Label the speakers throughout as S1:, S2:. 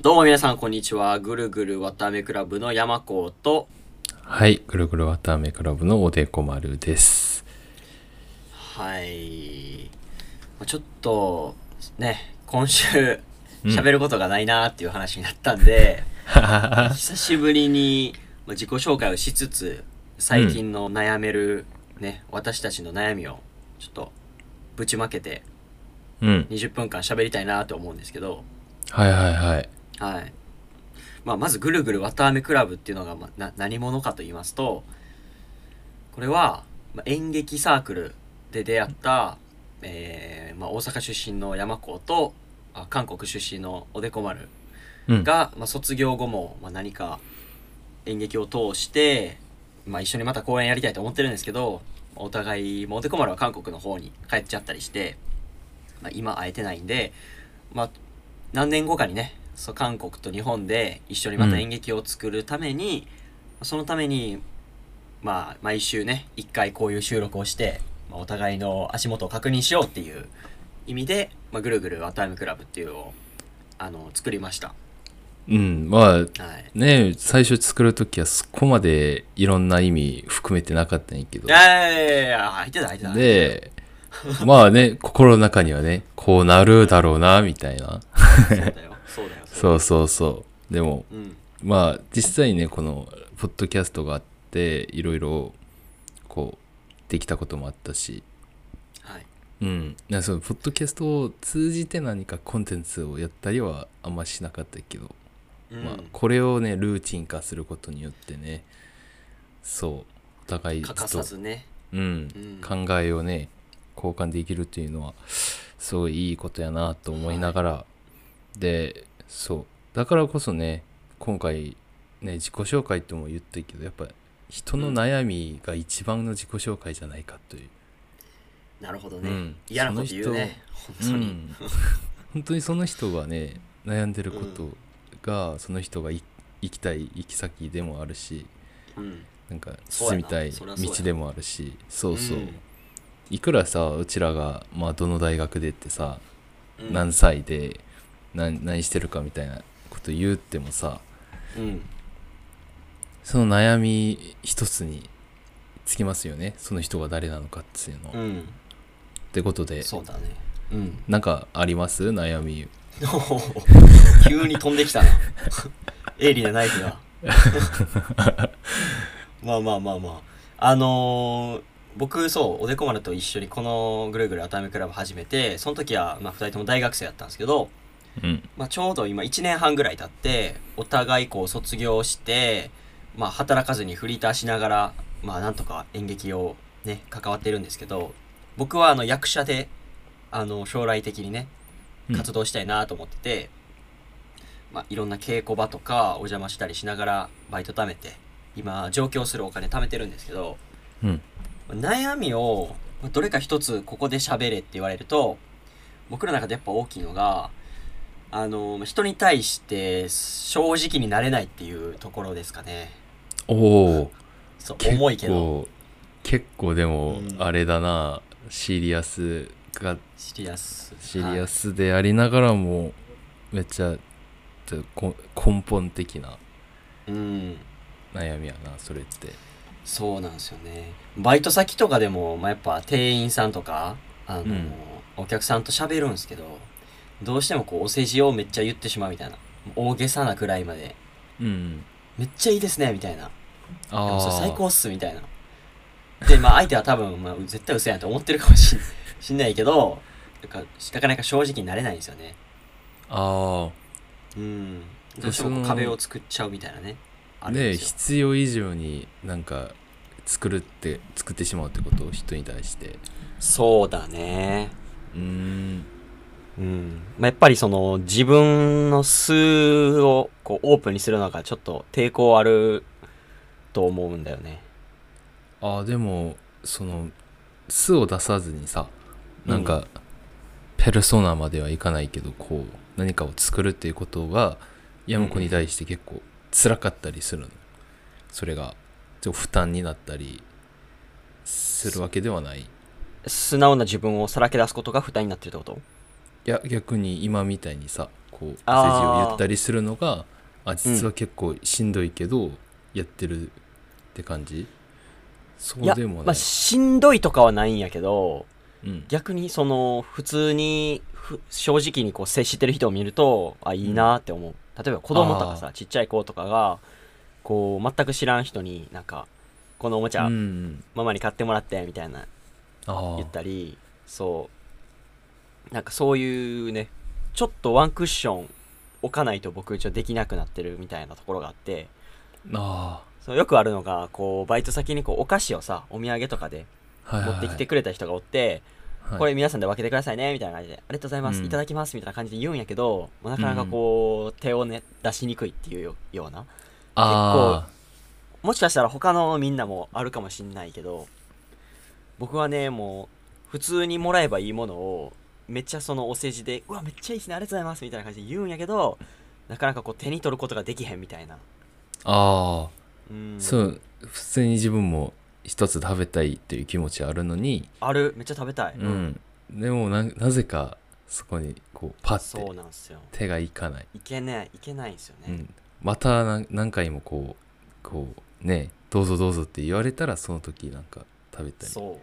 S1: どうも皆さん、こんにちは。ぐるぐるわたあめクラブの山子と、
S2: はい、ぐるぐるわたあめクラブのおでこ丸 です。
S1: はい。まあちょっと、ね、今週、
S2: うん
S1: 喋ることがないなーっていう話になったん で、
S2: は
S1: 久しぶりにまあ自己紹介をしつつ、最近の悩める、ね、私たちの悩みを、ちょっと、ぶちまけて、
S2: うん。
S1: 20分間喋りたいなと思うんですけど、
S2: はいはいはい。
S1: はい。まあ、まず、ぐるぐるわたあめクラブっていうのが、まあな何者かと言いますと、これは、まあ、演劇サークルで出会った、えーまあ、大阪出身の山子と、あ韓国出身のおでこ丸
S2: うん。
S1: が、まあ、卒業後も、まあ、何か演劇を通して、まあ、一緒にまた公演やりたいと思ってるんですけど、まあお互い、まあおでこ丸は韓国の方に帰っちゃったりして、まあ、今会えてないんで、まあ、何年後かにねそう韓国と日本で一緒にまた演劇を作るために、そのために、まあ、毎週ね一回こういう収録をして、まあ、お互いの足元を確認しようっていう意味で、まあ、ぐるぐるワタイムクラブっていうのをあの作りました。
S2: うん。まあ、
S1: はい
S2: ね、最初作るときはそこまでいろんな意味含めてなかったんやけ
S1: い
S2: ど。
S1: やいやいやいや入ってた入ってた
S2: で、まあね、心の中にはね、こうなるだろうな、みたいな。
S1: そうだよそうだよう
S2: そうそうそう。でも、
S1: うん
S2: まあ実際ねこのポッドキャストがあっていろいろこうできたこともあったし、
S1: はい
S2: うん、なんかそのポッドキャストを通じて何かコンテンツをやったりはあんましなかったけど、
S1: うん
S2: まあ、これをねルーチン化することによってねそうお互いず
S1: 欠
S2: っと
S1: かさずね、
S2: うん
S1: う、ん、
S2: 考えをね交換できるっていうのはすごいいいことやなと思いながら、でそうだからこそね今回ね自己紹介とも言ったけどやっぱ人の悩みが一番の自己紹介じゃないかという、
S1: なるほどね、
S2: うん
S1: 嫌なこと言うね
S2: う
S1: 本当に、
S2: ん本当にその人がね悩んでることが、その人がい行きたい行き先でもあるし
S1: うん
S2: なんか
S1: そうやな
S2: 進みたい
S1: そりゃそうや
S2: 道でもあるしそうそう、
S1: うん
S2: いくらさうちらが、まあ、どの大学でってさ、
S1: うん
S2: 何歳で何何してるかみたいなこと言ってもさ
S1: うん
S2: その悩み一つにつきますよねその人が誰なのかっていうの、
S1: う
S2: っ
S1: ん
S2: てことで
S1: そうだねうん
S2: なんかあります悩み
S1: おー 急に飛んできたな 鋭利なナイフ がまあまあまあまああのー僕そうおでこ丸と一緒にこのぐるぐる熱海クラブ始めてその時は、まあ、2人とも大学生だったんですけど、
S2: うん
S1: まあ、ちょうど今1年半ぐらい経ってお互いこう卒業して、まあ、働かずにフリーターしながら、まあ、なんとか演劇をね関わってるんですけど僕はあの役者であの将来的にね
S2: うん
S1: 活動したいなと思ってて、まあ、いろんな稽古場とかお邪魔したりしながらバイト貯めて今上京するお金貯めてるんですけど
S2: うん
S1: 悩みをまあどれか一つここで喋れって言われると僕の中でやっぱ大きいのがあのまあ人に対して正直になれないっていうところですかね
S2: おお
S1: そう
S2: 結
S1: 重いけど
S2: 構結構でも
S1: うん
S2: あれだな、シリアスが
S1: シリアス
S2: シリアスでありながらもめっちゃちょっとこ根本的な
S1: はいうん
S2: 悩みやなそれって
S1: そうなんですよねバイト先とかでも、まあ、やっぱ店員さんとかあの、
S2: うん
S1: お客さんと喋るんですけどどうしてもこうお世辞をめっちゃ言ってしまうみたいな大げさなくらいまで
S2: うん
S1: めっちゃいいですねみたいな
S2: あ
S1: でもそ
S2: あ
S1: れ最高っすみたいなでまあ相手は多分、まあ、絶対嘘やんと思ってるかもしんしんないけどなんかなかなか正直になれないんですよね
S2: あ
S1: うんどうしてもこう
S2: その
S1: 壁を作っちゃうみたいなねあ
S2: あ
S1: るんで
S2: です
S1: よ
S2: 必要以上になんか作るって作ってしまうってことを人に対して
S1: そうだね
S2: うーん
S1: うんまあ、やっぱりその自分の数をこうオープンにするのがちょっと抵抗あると思うんだよね。
S2: ああでもその素を出さずにさなんか、ペルソナまではいかないけどこう何かを作るっていうことが山子に対して結構辛かったりするの、それがちょっと負担になったりするわけではないい
S1: 素直な自分をさらけ出すことが負担になってるってこと
S2: や逆に今みたいにさここう
S1: あー
S2: 政治を言ったりするのがあ実は結構しんどいけどやってるって感じ、そ
S1: いうや、
S2: でも
S1: ま
S2: な
S1: あ、
S2: い、
S1: しんどいとかはないんやけど、
S2: うん、
S1: 逆にその、普通にふ、正直にこう接してる人を見ると、あ、いいなって思う。例えば子供とか
S2: あ
S1: さ、ちっちゃい子とかが、こう、全く知らん人になんか、このおもちゃ、
S2: うんうん、
S1: ママに買ってもらって、みたいな
S2: あ
S1: 言っ
S2: あ
S1: たりそうなんかそういうねちょっとワンクッション置かないと僕一応できなくなってるみたいなところがあって
S2: あ
S1: そうよくあるのがこうバイト先にこうお菓子をさお土産とかで
S2: あはいはい
S1: 持
S2: はい、
S1: ってきてくれた人がおって、
S2: はい
S1: これ皆さんで分けてくださいねみたいな感じで、ありがとうございます、
S2: うん
S1: いただきますみたいな感じで言うんやけど、まあなかなかこう手をね出しにくいっていうよような
S2: あ
S1: もしかしたら他のみんなもあるかもしんないけど僕はねもう普通にもらえばいいものをめっちゃそのお世辞で「うわめっちゃいいですねありがとうございます」みたいな感じで言うんやけどなかなかこう手に取ることができへんみたいな
S2: あああ
S1: うん
S2: そう普通に自分も一つ食べたいっていう気持ちあるのに、
S1: あるめっちゃ食べたい、
S2: うん、でもななぜかそこにこうパッ
S1: そう
S2: て
S1: なんですよ
S2: 手がいかない、
S1: いけないいけないんですよね、
S2: うん、また何何回もこうこうねどうぞどうぞって言われたらその時なんか食べたり
S1: そ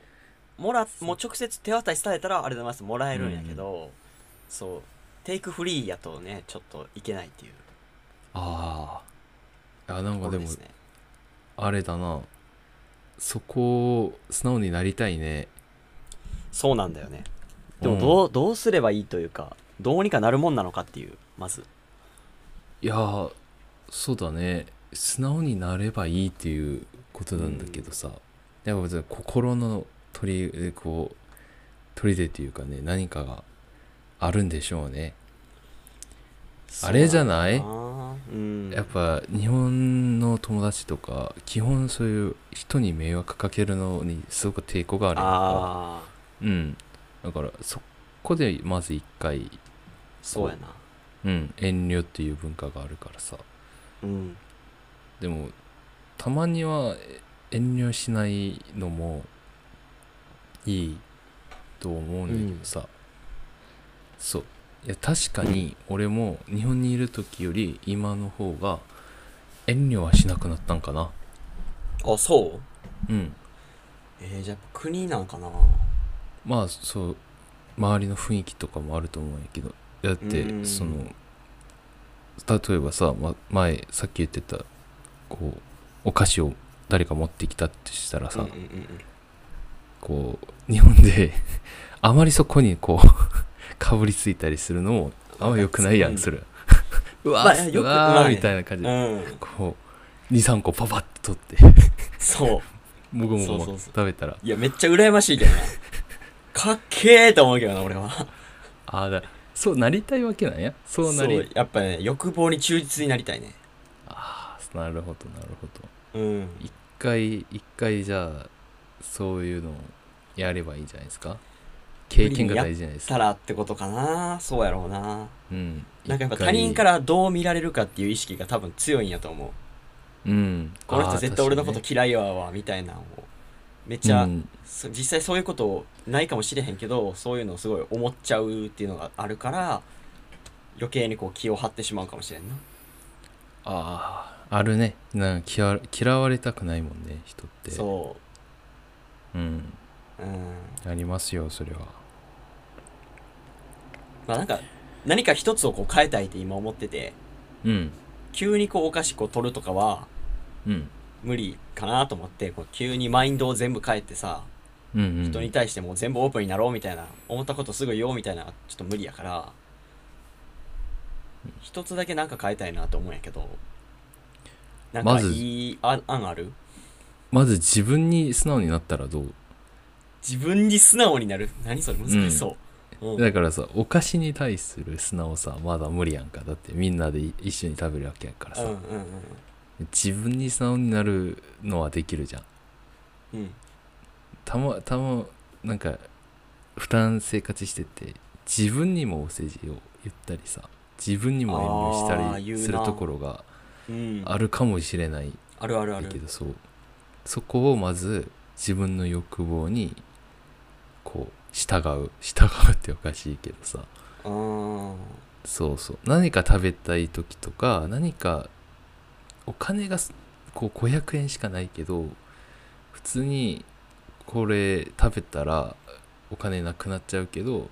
S1: うもらもう直接手渡しされたらありがとうございますもらえるんやけど、そうテイクフリーやとねちょっといけないっていう
S2: あーあなん
S1: とこ
S2: か
S1: ろ
S2: で
S1: で
S2: も
S1: すね
S2: あれだなそこを素直になりたいね
S1: そうなんだよねでもどう,、どうすればいいというかどうにかなるもんなのかっていうまず
S2: いやーそうだね素直になればいいっていうことなんだけどさ、でも別に心の取りこう砦というかね何かがあるんでしょうねあれじゃ
S1: い
S2: ない
S1: うん
S2: やっぱ日本の友達とか基本そういう人に迷惑かけるのにすごく抵抗があるやんか
S1: ああ
S2: うんだからそこでまず一回、
S1: そうやな
S2: うん、遠慮っていう文化があるからさ
S1: うん
S2: でもたまにはえ遠慮しないのもいいと思うんだけどさ、そういや確かに俺も日本にいる時より今の方が遠慮はしなくなったんかな
S1: あそう
S2: うん
S1: えー、じゃあやっぱ国なんかな
S2: まあそう周りの雰囲気とかもあると思うんやけどだって、
S1: うんうん
S2: その例えばさ、ま、前さっき言ってたこうお菓子を誰か持ってきたってしたらさ、
S1: うんうんうん
S2: こう日本で あまりそこにこう かぶりついたりするのもあんま良くないや
S1: うん
S2: んそれうわ、
S1: まあ
S2: す
S1: よく
S2: うわ
S1: まあね
S2: みたいな感じ
S1: う
S2: で、
S1: ん、うん、
S2: こう23個パパッと取って
S1: そう
S2: もごも
S1: そ
S2: ご
S1: う
S2: も
S1: そうそう
S2: 食べたら
S1: いやめっちゃ羨ましいけどなかっけーと思うけどな俺は
S2: ああだそうなりたいわけなんやそうなり
S1: そうやっぱね欲望に忠実になりたいね
S2: ああなるほどなるほど
S1: うん
S2: 一回一回じゃあそういうのをやればいいんじゃないですか経験が大事じゃないです
S1: さ
S2: から
S1: ってことかなそうやろうな
S2: うん
S1: なんかやっぱ
S2: 一回
S1: 他人からどう見られるかっていう意識が多分強いんやと思う
S2: うん
S1: この人絶対俺のこと
S2: あー
S1: 嫌いやわみたいなのをめっ
S2: 確
S1: ちゃ、
S2: かにねうん
S1: そ実際そういうことないかもしれへんけどそういうのをすごい思っちゃうっていうのがあるから余計にこう気を張ってしまうかもしれんな
S2: あああるねなんか嫌わ嫌われたくないもんね人って、
S1: そう
S2: ん、
S1: ううん
S2: ありますよそれは
S1: まあなんか何か一つをこう変えたいって今思ってて
S2: うん
S1: 急にこうお菓子こう取るとかは
S2: うん
S1: 無理かなと思ってこう急にマインドを全部変えてさ
S2: うんうん
S1: 人に対してもう全部オープンになろうみたいな思ったことすぐ言おうみたいなちょっと無理やから一つだけなんか変えたいなと思うんやけどなんか
S2: まず
S1: いいあ案ある
S2: まず自分に素直になったらどう
S1: 自分に素直になる何それ難しそう、うん
S2: だからさお菓子に対する素直さはまだ無理やんかだってみんなでい一緒に食べるわけやから
S1: う
S2: さ、
S1: んうん
S2: 自分に素直になるのはできるじゃん
S1: うんうん
S2: たまたまなんか負担生活してて自分にもお世辞を言ったりさ自分にも遠慮
S1: あー
S2: し
S1: 言う
S2: たり
S1: な
S2: するところが
S1: うん
S2: あるかもしれない
S1: あるあるあ
S2: だけ
S1: る
S2: どそうそこをまず自分の欲望にこう従う従うっておかしいけどさ
S1: あー
S2: そうそう何か食べたい時とか何かお金がすこう500円しかないけど普通にこれ食べたらお金なくなっちゃうけど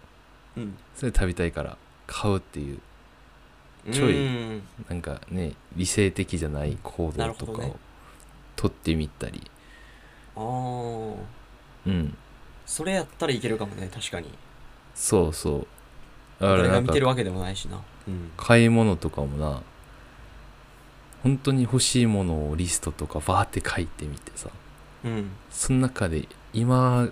S1: うん
S2: それ食べたいから買うっていうちょい
S1: うん
S2: なんかね理性的じゃない行
S1: なる
S2: 動
S1: ほ
S2: と
S1: ど
S2: か
S1: ね
S2: を取ってみたり、
S1: あー
S2: うん
S1: それやったらいけるかもね確かに
S2: そうそうだから
S1: 誰
S2: な
S1: が
S2: ん
S1: 見
S2: か
S1: てるわけでもないしなうん
S2: 買い物とかもな本当に欲しいものをリストとかバーって書いてみてさ
S1: うん
S2: その中で今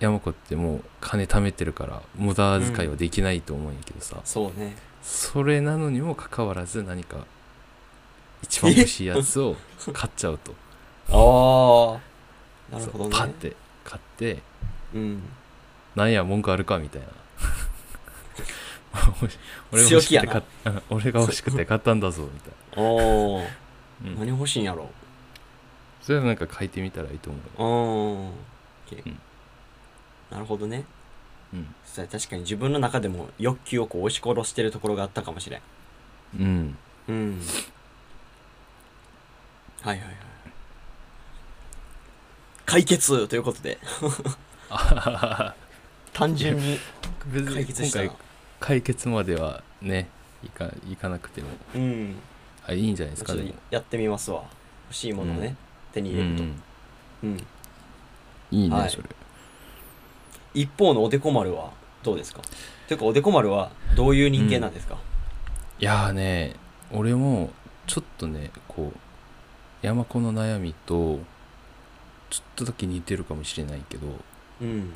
S2: 山子ってもう金貯めてるから無駄遣いはできないと思うんやけどさ、
S1: そうね
S2: それなのにもかかわらず何か一番欲しいやつを買っちゃうと
S1: あ あなるほど
S2: そう
S1: ね
S2: パッて買って
S1: うん
S2: なんや文句あるかみたい な俺が
S1: 強
S2: 欲
S1: 気
S2: しく
S1: や
S2: て
S1: な
S2: 買っ俺が欲しくて買ったんだぞみたい
S1: おお
S2: な、うん
S1: 何欲しいんやろ
S2: それはなんか書いてみたらいいと思
S1: う
S2: うよ、
S1: ん
S2: うん
S1: なるほどね
S2: うん
S1: そしたら確かに自分の中でも欲求をこう押し殺してるところがあったかもしれん
S2: うん、
S1: うんはいはいはい解決ということで単純に
S2: 別
S1: 解
S2: に
S1: 決し
S2: 今
S1: た
S2: 回
S1: な
S2: 解決まではねいかいかなくても
S1: うん
S2: あいいんじゃないで
S1: ち
S2: す
S1: ょ
S2: か
S1: っ
S2: で
S1: と
S2: も、
S1: やってみますわ欲しいものをね、
S2: うん
S1: 手に
S2: う
S1: 入れると、
S2: ん、
S1: うん、
S2: いいね、
S1: はい
S2: それ
S1: 一方のおでこ丸はどうですかというかおでこ丸はどういう人間なんですか、
S2: いやーね俺もちょっとねこう山子の悩みとちょっとだけ似てるかもしれないけど
S1: うん、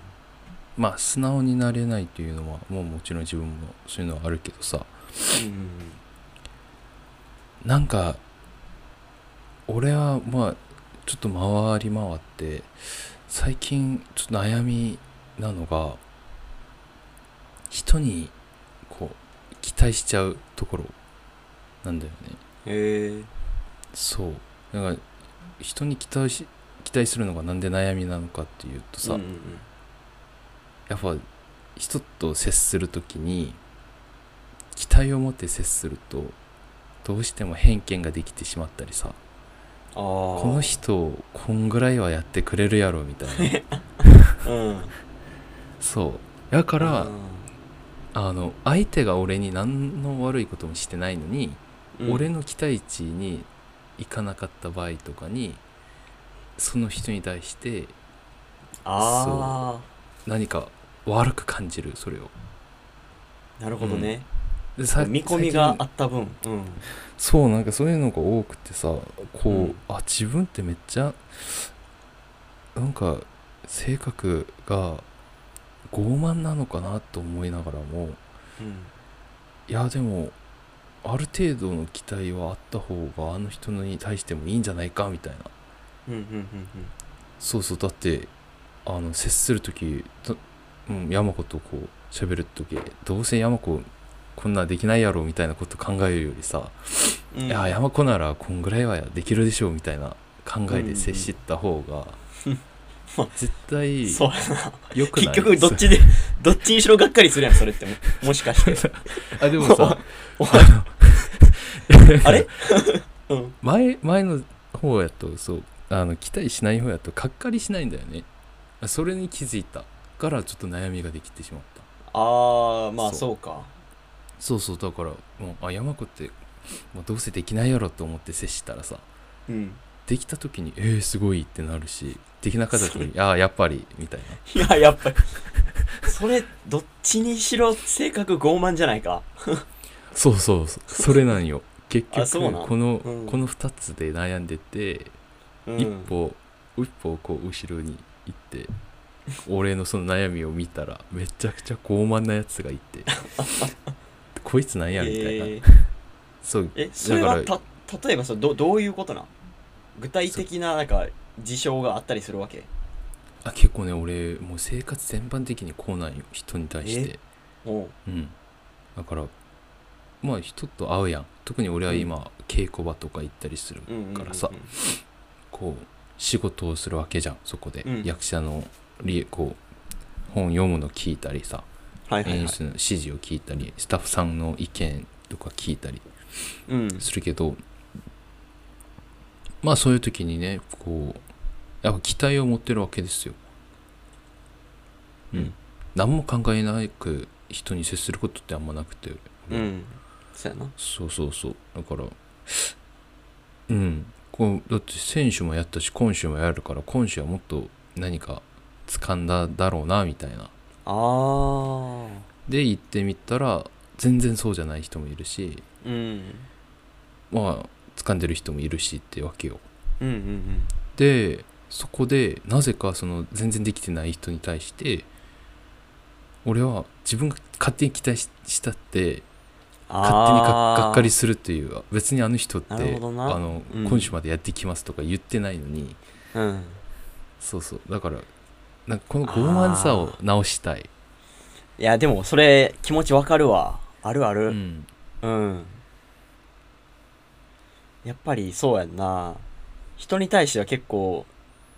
S2: まあ素直になれないというのはもうもちろん自分もそういうのはあるけどさ
S1: うん
S2: なんか俺はまあちょっと回り回って最近ちょっと悩みなのが人にこう期待しちゃうところなんだよね
S1: へえ
S2: そうだから人に期待し期待するのがなんで悩みなのかっていうとさ、
S1: うんうん
S2: やっぱ人と接する時に期待を持って接するとどうしても偏見ができてしまったりさ
S1: あー
S2: この人こんぐらいはやってくれるやろみたい な
S1: うん
S2: そうやから、
S1: うん
S2: あの相手が俺に何の悪いこともしてないのに、
S1: うん
S2: 俺の期待値に行かなかった場合とかにその人に対して
S1: あ
S2: 何か悪く感じるそれを
S1: あなるほどね、
S2: でさ
S1: 見込みがあ
S2: 最近
S1: った分うん
S2: そうなんかそういうのが多くてさこう、
S1: うん
S2: あ自分ってめっちゃなんか性格が傲慢なのかなと思いながら
S1: う
S2: も
S1: ん
S2: いやでもある程度の期待はあった方があの人に対してもいいんじゃないかみたいな
S1: うんうんうん
S2: そうそうだってあの接する時と、うん、山子とこう喋る時どうせ山子こんなんできないやろみたいなこと考えるよりさ、
S1: うんうん
S2: いや山子ならこんぐらいはできるでしょうみたいな考えで接した方が、
S1: まあ
S2: 絶対
S1: そうやな
S2: 良くない
S1: 結局どっちでどっちにしろがっかりするやんそれってももしかして
S2: あでもさ
S1: おあ れうん
S2: 前前の方やとそうあの期待しない方やとかっかりしないんだよねそれに気づいたからちょっと悩みができてしまった
S1: ああまあ
S2: そ
S1: そうか
S2: そうそうだからもうあ山子って、まあ、どうせできないやろと思って接したらさ
S1: うん
S2: できた時に「えー、すごい!」ってなるしできなかった時に「ああやっぱり」みたい
S1: いややっぱりそれどっちにしろ性格傲慢じゃないか
S2: なそうそうそうそれなんよ結
S1: あそうな
S2: 局
S1: ん
S2: この、
S1: うん
S2: この2つで悩んでて、
S1: うん
S2: 一歩一歩こう後ろに行って俺のその悩みを見たらめちゃくちゃ傲慢なやつがい てこいつなんやみたい
S1: え
S2: な、
S1: ー
S2: そう
S1: えそれは
S2: だから
S1: た例えばそれどどういうことなん具体的ななんか事象があったりするわけ
S2: あ結構ね俺もう生活全般的にこうなんよ人に対して
S1: おう
S2: うんだからまあ人と会うやん特に俺は今稽古場とか行ったりする
S1: うんうんうんうん
S2: からさこう仕事をするわけじゃんそこで、
S1: うん
S2: 役者のりこう本読むの聞いたりさ
S1: はいはい
S2: 演
S1: はい
S2: 出の指示を聞いたりスタッフさんの意見とか聞いたり
S1: うん
S2: するけどまあそういう時にねこうやっぱ期待を持ってるわけですよ。
S1: うん。
S2: 何も考えなく人に接することってあんまなくて、
S1: うんそうやな
S2: そうそうそうだからうんこうだって選手もやったし今週もやるから今週はもっと何か掴んだだろうなみたいな
S1: あー
S2: で行ってみたら全然そうじゃない人もいるし
S1: うん
S2: まあ掴んでる人もいるしってわけよ
S1: うんうん
S2: でそこでなぜかその全然できてない人に対して俺は自分が勝手に期待ししたって勝手にががっかりするっていう別にあの人ってあ
S1: なるほどな
S2: の、
S1: うん
S2: 今週までやってきますとか言ってないのに
S1: あーうん
S2: そうそうだからなんかこの傲慢さを直したい、
S1: いやでもそれ気持ちわかるわあるあ
S2: う
S1: る
S2: ん、
S1: うん、やっぱりそうやんな人に対しては結構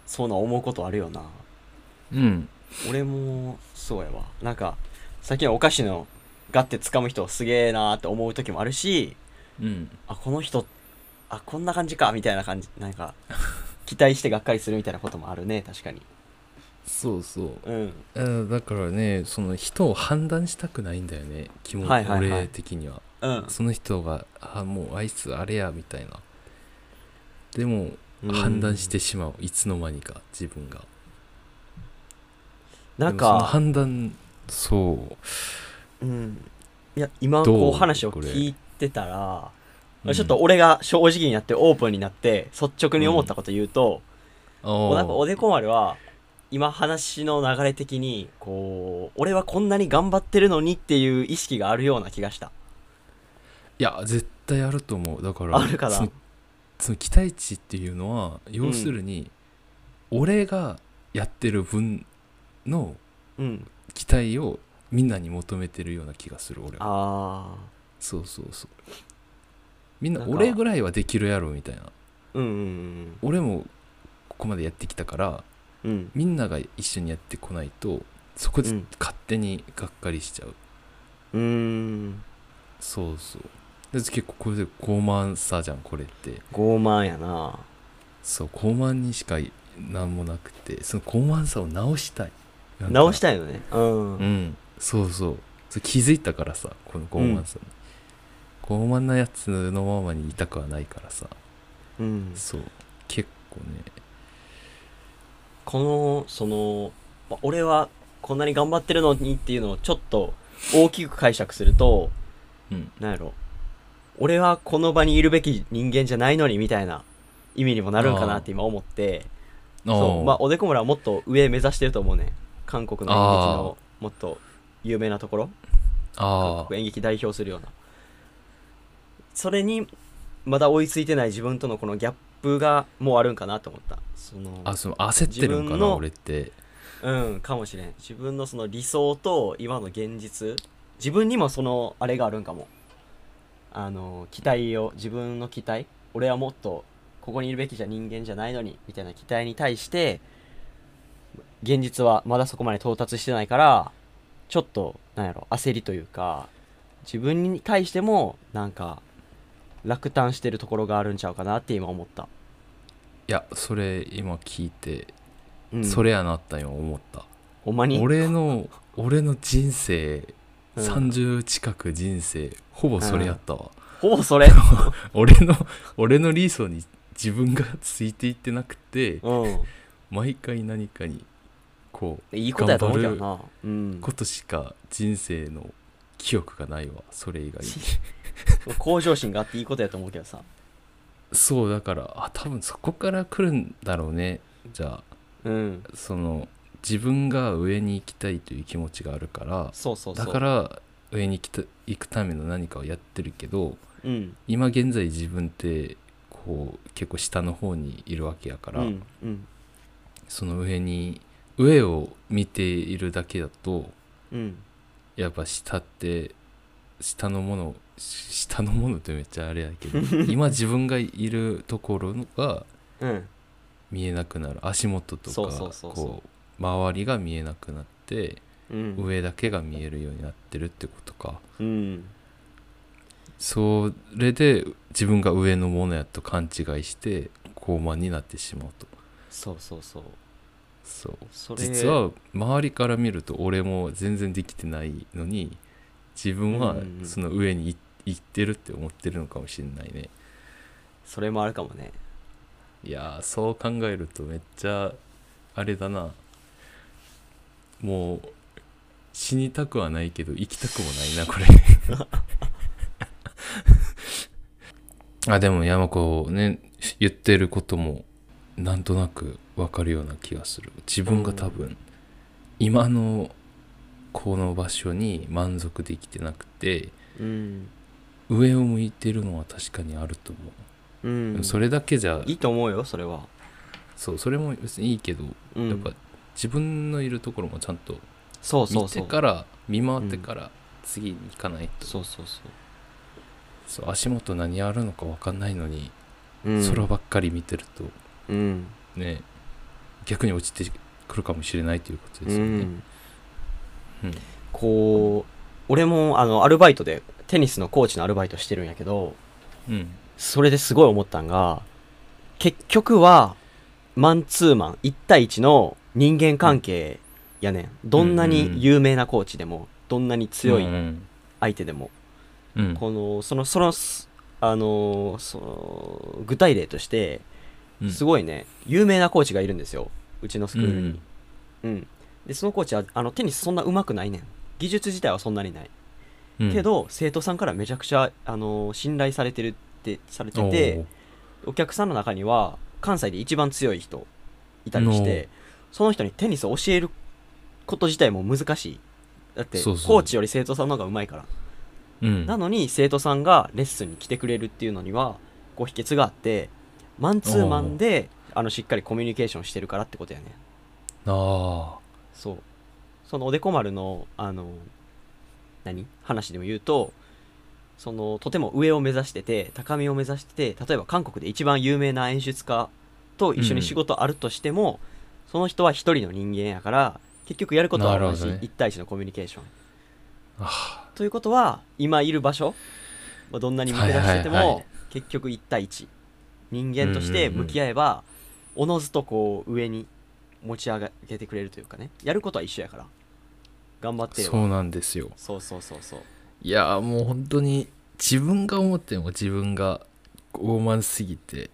S1: そうな思うことあるよな
S2: うん、
S1: 俺もそうやわなんかさっきのお菓子のガッて掴む人すげえなーって思う時もあるし
S2: うん、
S1: あこの人あこんな感じかみたいな感じなん か期待してがっかりするみたいなこともあるね確かに
S2: そうそう
S1: うん
S2: えーだからねその人を判断したくないんだよね気持ち、
S1: はいはいはい
S2: 俺的には
S1: うん
S2: その人があもうあいつあれやみたいなでも
S1: うん
S2: 判断してしまういつの間にか自分が
S1: なん
S2: でもその
S1: か
S2: 判断そう
S1: うんいや今
S2: どう
S1: こう話を
S2: これ
S1: 聞いてたら
S2: うん
S1: ちょっと俺が正直になってオープンになって率直に思ったこと言うと、
S2: あ
S1: おなんかお
S2: ー
S1: でこ丸は今話の流れ的にこう俺はこんなに頑張ってるのにっていう意識があるような気がした
S2: いや絶対あると思うだから
S1: あるか
S2: そ
S1: な
S2: のその期待値っていうのは要するに、俺がやってる分の
S1: うん
S2: 期待をみんなに求めてるような気がする俺は
S1: あ
S2: そうそうそうみんな
S1: なんか
S2: 俺ぐらいはできるやろみたいな
S1: ーうんうん
S2: 俺もここまでやってきたから
S1: うんうん
S2: みんなが一緒にやってこないとそこ
S1: う
S2: で
S1: ん
S2: 勝手にがっかりしちゃう、
S1: うーん
S2: そうそうで結構これで傲慢さじゃんこれって
S1: 傲慢やな
S2: そう傲慢にしか何もなくてその傲慢さを直したいなんか
S1: 直したいよねうん、
S2: うんそうそうそれ気づいたからさこの傲慢さに、傲慢なやつのままにいたくはないからさ
S1: うん、
S2: そう結構ね
S1: このその、まあ俺はこんなに頑張ってるのにっていうのをちょっと大きく解釈すると
S2: うん
S1: なんやろ俺はこの場にいるべき人間じゃないのにみたいな意味にもなるんかなって今思ってそうまあ、おでこ村はもっと上目指してると思うね韓国の演劇のもっと有名なところ韓
S2: あー
S1: 国演劇代表するようなそれにまだ追いついてない自分とのこのギャップがもうあるんかなと思ったその
S2: あその焦ってるん
S1: 自
S2: か
S1: 分
S2: な
S1: の
S2: 俺って
S1: うんかもしれん自分のその理想と今の現実自分にもそのあれがあるんかもあの期待を自分の期待俺はもっとここにいるべきじゃ人間じゃないのにみたいな期待に対して現実はまだそこまで到達してないからちょっとなんやろ焦りというか自分に対してもなんか落胆してるところがあるんちゃうかなって今思った、
S2: いやそれ今聞いて、
S1: うん、
S2: それやなった今思った
S1: ほんまに
S2: 俺の俺の人生、
S1: うん
S2: 30近く人生ほぼそれやったわ、
S1: ほぼそれ
S2: 俺の俺の理想に自分がついていってなくて
S1: うん
S2: 毎回何かにこう
S1: いいことやと思うけどな。うん。
S2: ことしか人生の記憶がないわそれ 以外に
S1: 向上心があっていいことやと思うけどさ。
S2: そうだからあ多分そこから来るんだろうねじゃあ
S1: うん。
S2: その自分が上に行きたいという気持ちがあるから
S1: そうそうそう。
S2: だか、ら上に行きた行くための何かをやってるけど
S1: うん。
S2: 今現在自分ってこう結構下の方にいるわけやから、
S1: うん。うん。
S2: その上に上を見ているだけだと
S1: うん。
S2: やっぱ下って下のものし下のものってめっちゃあれや けど今自分がいるところが
S1: うん。
S2: 見えなくなる足元とか
S1: そうそうそうそう
S2: こう周りが見えなくなって
S1: うん、
S2: 上だけが見えるようになってるってことか
S1: うん、
S2: それで自分が上のものやと勘違いして傲慢になってしまうと
S1: そうそうそう
S2: そう
S1: それ
S2: 実は周りから見ると俺も全然できてないのに自分は
S1: うんうんうん
S2: その上にい行ってるって思ってるのかもしれないね
S1: それもあるかもね
S2: いやーそう考えるとめっちゃあれだなもう死にたくはないけど生きたくもないなこれあでも山子ね言ってることもなんとなくわかるような気がする自分が多分、今のこの場所に満足できてなくて
S1: うん、
S2: 上を向いてるのは確かにあると思
S1: う
S2: う、
S1: ん、
S2: それだけじゃ
S1: いいと思うよそれは、
S2: そうそれも別にいいけど
S1: うん、
S2: やっぱ自分のいるところもちゃんと
S1: そうそ
S2: 見
S1: う
S2: て
S1: そう
S2: から見回ってから次に行かないと、
S1: そうそうそ
S2: そう足元何あるのか分かんないのに、
S1: う、うん、
S2: 空ばっかり見てると
S1: うん、
S2: ね逆に落ちてくるかもしれないということで
S1: う
S2: すよね。
S1: ん、こう俺もあのアルバイトでテニスのコーチのアルバイトしてるんやけど
S2: うんうん
S1: それですごい思ったんが結局はマンツーマン1対1の人間関係やねんどんなに有名なコーチでもどんなに強い
S2: うん
S1: 相手でも、
S2: うん
S1: このそのそのすあのーその具体例として
S2: うん
S1: すごいね、有名なコーチがいるんですようちのスクールに、
S2: うん
S1: うんでそのコーチはあのテニスそんな上手くないねん技術自体はそんなにない、
S2: うん
S1: けど生徒さんからめちゃくちゃ、あのー信頼されてるってされててお客さんの中には関西で一番強い人いたりしてその人にテニスを教えること自体も難しいだって
S2: そうそう
S1: コーチより生徒さんの方が上手いから
S2: おーうん
S1: なのに生徒さんがレッスンに来てくれるっていうのにはこう秘訣があってマンツーマンであのしっかりコミュニケーションしてるからってことやね
S2: あ
S1: そうそのおでこ丸のあの何話でも言うとそのとても上を目指してて高みを目指してて例えば韓国で一番有名な演出家と一緒に仕事あるとしても、その人は一人の人間やから結局やることは同
S2: なるほ
S1: じ、
S2: どね
S1: 1対1のコミュニケーション
S2: ーあ
S1: ということは今いる場所まあどんなに抜け出してても、
S2: はいはいはい
S1: 結局1対1人間として向き合えばおのずとこう上に持ち上げてくれるというかねやることは一緒やから頑張っ
S2: ー
S1: てよ
S2: そうなんですよ
S1: そうそうそうそう
S2: いやーもう本当に自分が思っても自分が傲慢すぎて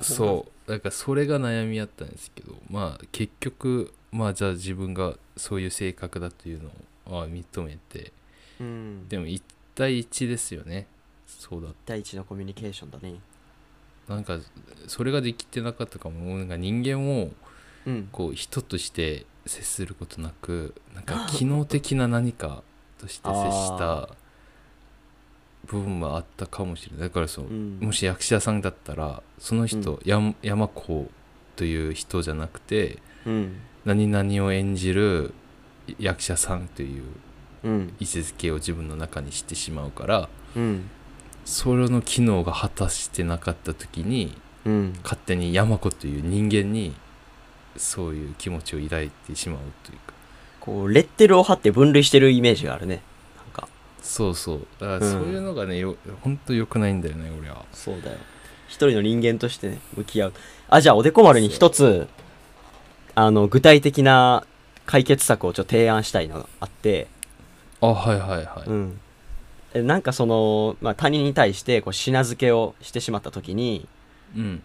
S2: そうだからそれが悩みやったんですけどまあ結局まあじゃあ自分がそういう性格だというのをああ認めて
S1: う、うん、
S2: でも1対1ですよねそうだ
S1: 1対1のコミュニケーションだね
S2: なんかそれができてなかったかももうなんか人間を
S1: うん
S2: こう人として接することなくなんか機能的な何かとして接し
S1: あ
S2: た部分はあったかもしれないだからその
S1: うん
S2: もし役者さんだったらその人、やん山子という人じゃなくて
S1: うん
S2: 何々を演じる役者さんという
S1: うん
S2: 位置づけを自分の中にしてしまうから
S1: うん
S2: それの機能が果たしてなかった時に
S1: うん
S2: 勝手に山子という人間にそういう気持ちを抱いてしまうというか
S1: こうレッテルを貼って分類してるイメージがあるねなんか
S2: そうそうだ
S1: う
S2: から
S1: ん
S2: そういうのがね、よほんと良くないんだよね俺は
S1: そうだよ一人の人間としてね向き合うあじゃあおでこ丸に一つあの具体的な解決策をちょっと提案したいのがあって、
S2: あはいはいはい、
S1: うん、えなんかその、まあ、他人に対してこう品付けをしてしまった時に
S2: うん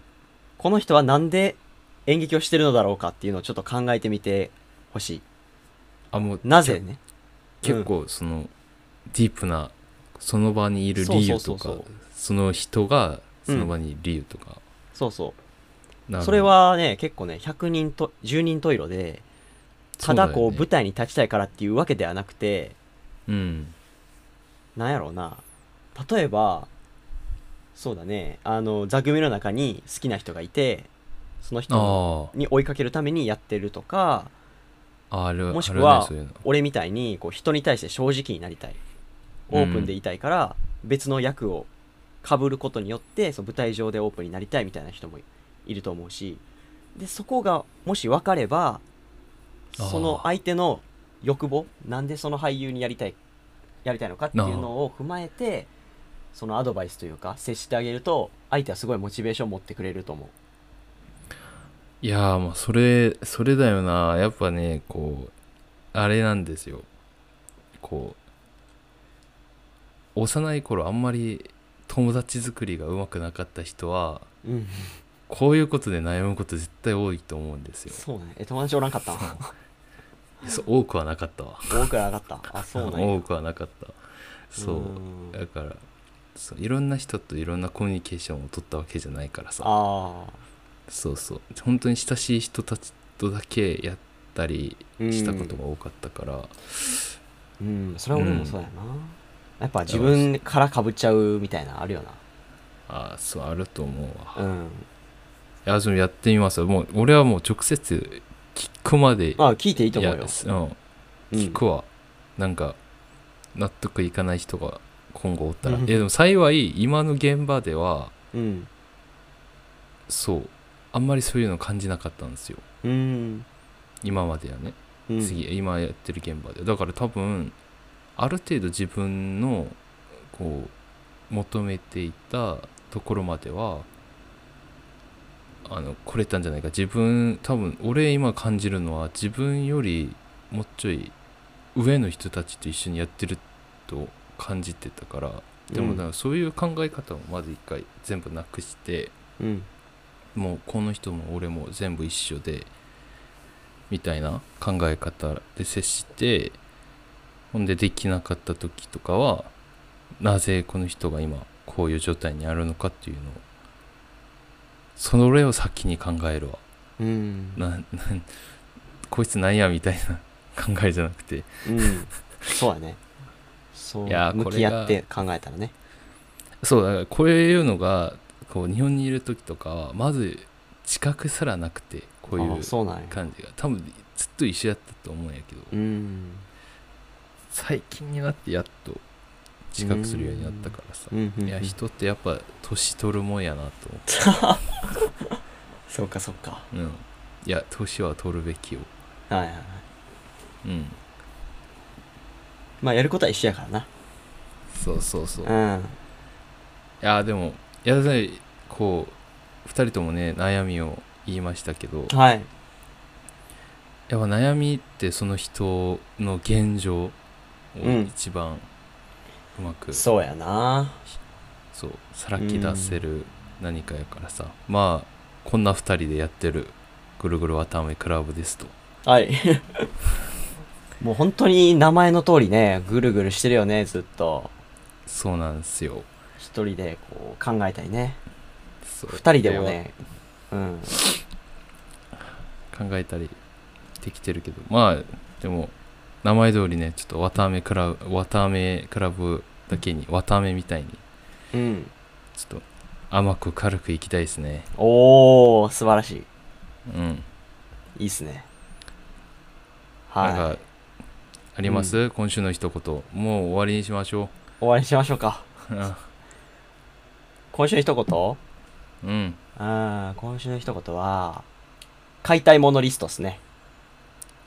S1: この人はなんで演劇をしてるのだろうかっていうのをちょっと考えてみてほしい
S2: あもう
S1: なぜね
S2: 結構そのディープなその場にいる
S1: そう
S2: 理
S1: そ
S2: 由
S1: うそ
S2: と
S1: うそ
S2: か
S1: う
S2: その人がその場にいる理由とか、
S1: そうそ
S2: な
S1: う
S2: る
S1: それはね結構ね100人と10人十色でただこう
S2: そうだよね
S1: 舞台に立ちたいからっていうわけではなくて
S2: うん
S1: なんやろうな例えばそうだねあの座組の中に好きな人がいてその人
S2: あ
S1: に追いかけるためにやってるとか
S2: あある
S1: もしく
S2: ある
S1: は
S2: ねそういうの
S1: 俺みたいにこう人に対して正直になりたいオープンでいたいから別の役をかぶることによってその舞台上でオープンになりたいみたいな人もいると思うしでそこがもし分かれば
S2: あー
S1: その相手の欲望なんでその俳優にやりたいやりたいのかっていうのを踏まえてそのアドバイスというか接してあげると相手はすごいモチベーション持ってくれると思う
S2: いやーまあそれそれだよなやっぱねこうあれなんですよこう幼い頃あんまり友達作りがうまくなかった人は
S1: うん、
S2: こういうことで悩むこと絶対多いと思うんですよ
S1: そうねえ友達おらんかったん
S2: そう多くはなかったわ
S1: 多くはなかったあそうなんや
S2: 多くはなかったそう
S1: うん
S2: だからそういろんな人といろんなコミュニケーションを取ったわけじゃないからさ
S1: ああ
S2: そうそう本当に親しい人たちとだけやったりしたことが多かったから、
S1: うんそれは俺もそうやな、やっぱ自分からかぶっちゃうみたいなあるよ
S2: ああそうあると思うわ
S1: なうん
S2: いや、それやってみますよ。もう、俺はもう直接聞くまで。
S1: まあ聞いていいと思う
S2: い
S1: よ
S2: やすうん
S1: うん
S2: 聞くわ。なんか、納得いかない人が今後おったら。
S1: う
S2: い
S1: ん
S2: や、でも幸い、今の現場では、
S1: うん
S2: そう、あんまりそういうの感じなかったんですよ。
S1: うん、
S2: 今まではね。
S1: うん、
S2: 次、今やってる現場で。だから多分、ある程度自分の、こう、求めていたところまでは、あの来れたんじゃないか自分多分俺今感じるのは自分よりもうちょい上の人たちと一緒にやってると感じてたからでも
S1: うん
S2: だからそういう考え方をまず一回全部なくして
S1: うん
S2: もうこの人も俺も全部一緒でみたいな考え方で接してほんでできなかった時とかはなぜこの人が今こういう状態にあるのかっていうのをそれを先に考えるわ
S1: うん
S2: ななこいつなんやみたいな 考えじゃなくて
S1: うん、そうやね。そう、
S2: いやー
S1: 向
S2: こ
S1: き
S2: れ
S1: 合
S2: が
S1: って考えたらね。
S2: そうだからこういうのがこう日本にいる時とかはまず知覚すらなくてこうい
S1: あ
S2: う
S1: あそうなんや。
S2: 感じが多分ずっと一緒やったと思うんやけど
S1: うん。
S2: 最近になってやっと自覚するようになったからさ
S1: うんうんうん
S2: いや人ってやっぱ年取るもんやなと思って
S1: そうか、そうか。
S2: うんいや年は取るべきよ
S1: はいはいはい。
S2: うん
S1: まあ、やることは一緒やから
S2: そうそうそうい
S1: な。
S2: やでもいやでこう2人ともね悩みを言いましたけど
S1: うん。はい。
S2: やっぱ悩みってその人の現状を
S1: うん
S2: 一番うまく、
S1: そうやな。
S2: そうさらき出せる何かやからさ、まあこんな2人でやってるぐるぐるわたあめクラブですと
S1: はい。もう本当に名前の通りね、ぐるぐるしてるよね、ずっと。
S2: そうなんですよ
S1: 一人でこう考えたりね。
S2: そう
S1: 二人でもね。うん。
S2: これは考えたりできてるけどまあでも名前通りねちょっとわたあめクラブわたあめクラブだけにわたあめみたいに
S1: うん。
S2: ちょっと甘く軽くいきたいですね
S1: おー、素晴らし
S2: うん
S1: い。いいっすね。
S2: なん
S1: は
S2: かあります、今週の一言もう終わりにしましょ
S1: い。終わりにしましょうか。
S2: うあ
S1: 今週の一言
S2: うん
S1: あー今週の一言は、買いたいものリストですね。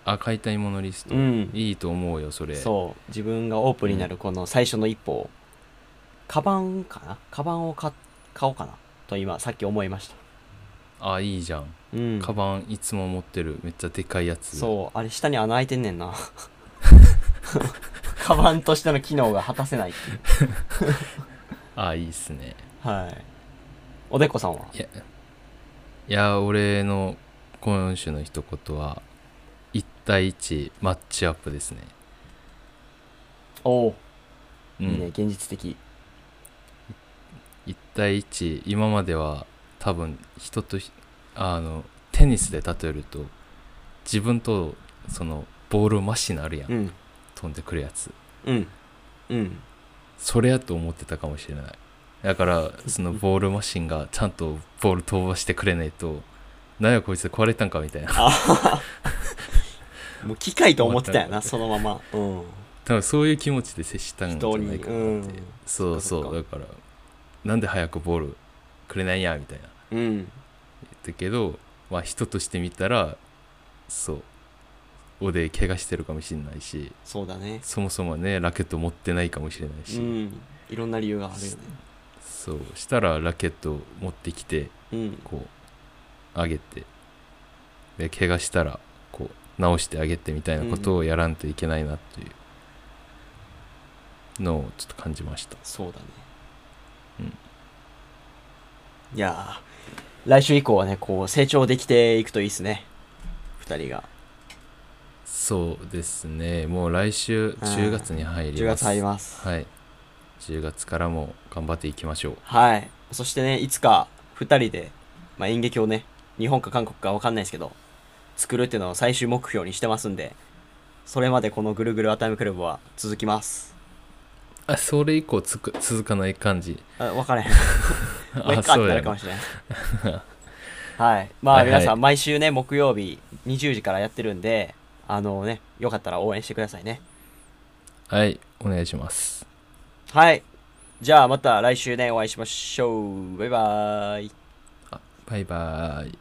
S2: あ買いたいものリスト、
S1: ん。
S2: いいと思うよそれ
S1: そう。自分がオープンになるこの最初の一歩を、カバンかなカバンを買買おうかなと今、さっき思いました。
S2: あいいじゃん
S1: うん。
S2: カバンいつも持ってるめっちゃでかいやつ
S1: そう。あれ、下に穴開いてんねん な。カバンとしての機能が果たせないっていう
S2: あいいっすね
S1: はい。おでこさんはい
S2: やいや俺の今週の一言は1対1マッチアップですね
S1: おお、
S2: うん
S1: いいね。現実的。
S2: 1対1今までは多分人とひあのテニスで例えると自分とそのボールマシになるやん、
S1: うん。
S2: 飛んでくるやつ
S1: うん。うん。
S2: それやと思ってたかもしれないだからそのボールマシンがちゃんとボール飛ばしてくれないとなんやこいつ壊れたんかみたいな
S1: もう機械と思ってたよな、そのまま。うん。
S2: 多分そういう気持ちで接したんじゃ
S1: 人
S2: な
S1: に。
S2: いか
S1: う
S2: な、
S1: ん。
S2: そう
S1: そっか
S2: そうだからなんで早くボールくれないんやみたいな
S1: うん。
S2: だけど、まあ、人として見たらそうをで怪我してるかもしれないし
S1: そうだね
S2: そもそもねラケット持ってないかもしれないうし、
S1: んいろんな理由があるよね
S2: そうしたらラケット持ってきて
S1: うん
S2: こう上げてで怪我したらこう直してあげてみたいなことをやらんといけないなというのをちょっと感じました、
S1: そうだね
S2: うん
S1: いやー来週以降はねこう成長できていくといいですね二人が
S2: そうですねもう来週
S1: あー
S2: 10月に入り
S1: 10
S2: ま
S1: 月
S2: す
S1: 入ります
S2: はい10月からも頑張っていきましょう
S1: はいそしてねいつか二人で、まあ、演劇をね日本か韓国か分かんないですけど作るっていうのを最終目標にしてますんでそれまでこのぐるぐるアタイムクラブは続きます
S2: あそれ以降つく続かない感じ
S1: あ分からへん もうい
S2: あ
S1: っかって
S2: そう
S1: な
S2: や
S1: るか
S2: な
S1: もしれない。はい。ま
S2: は
S1: あ
S2: いは
S1: 皆
S2: い
S1: さん、毎週ね、木曜日20時からやってるんで、あのね、よかったら応援してくださいね。
S2: はいお願いします
S1: はい。じゃあまた来週ね、お会いしましょう。バイバーイ。
S2: バイバーイ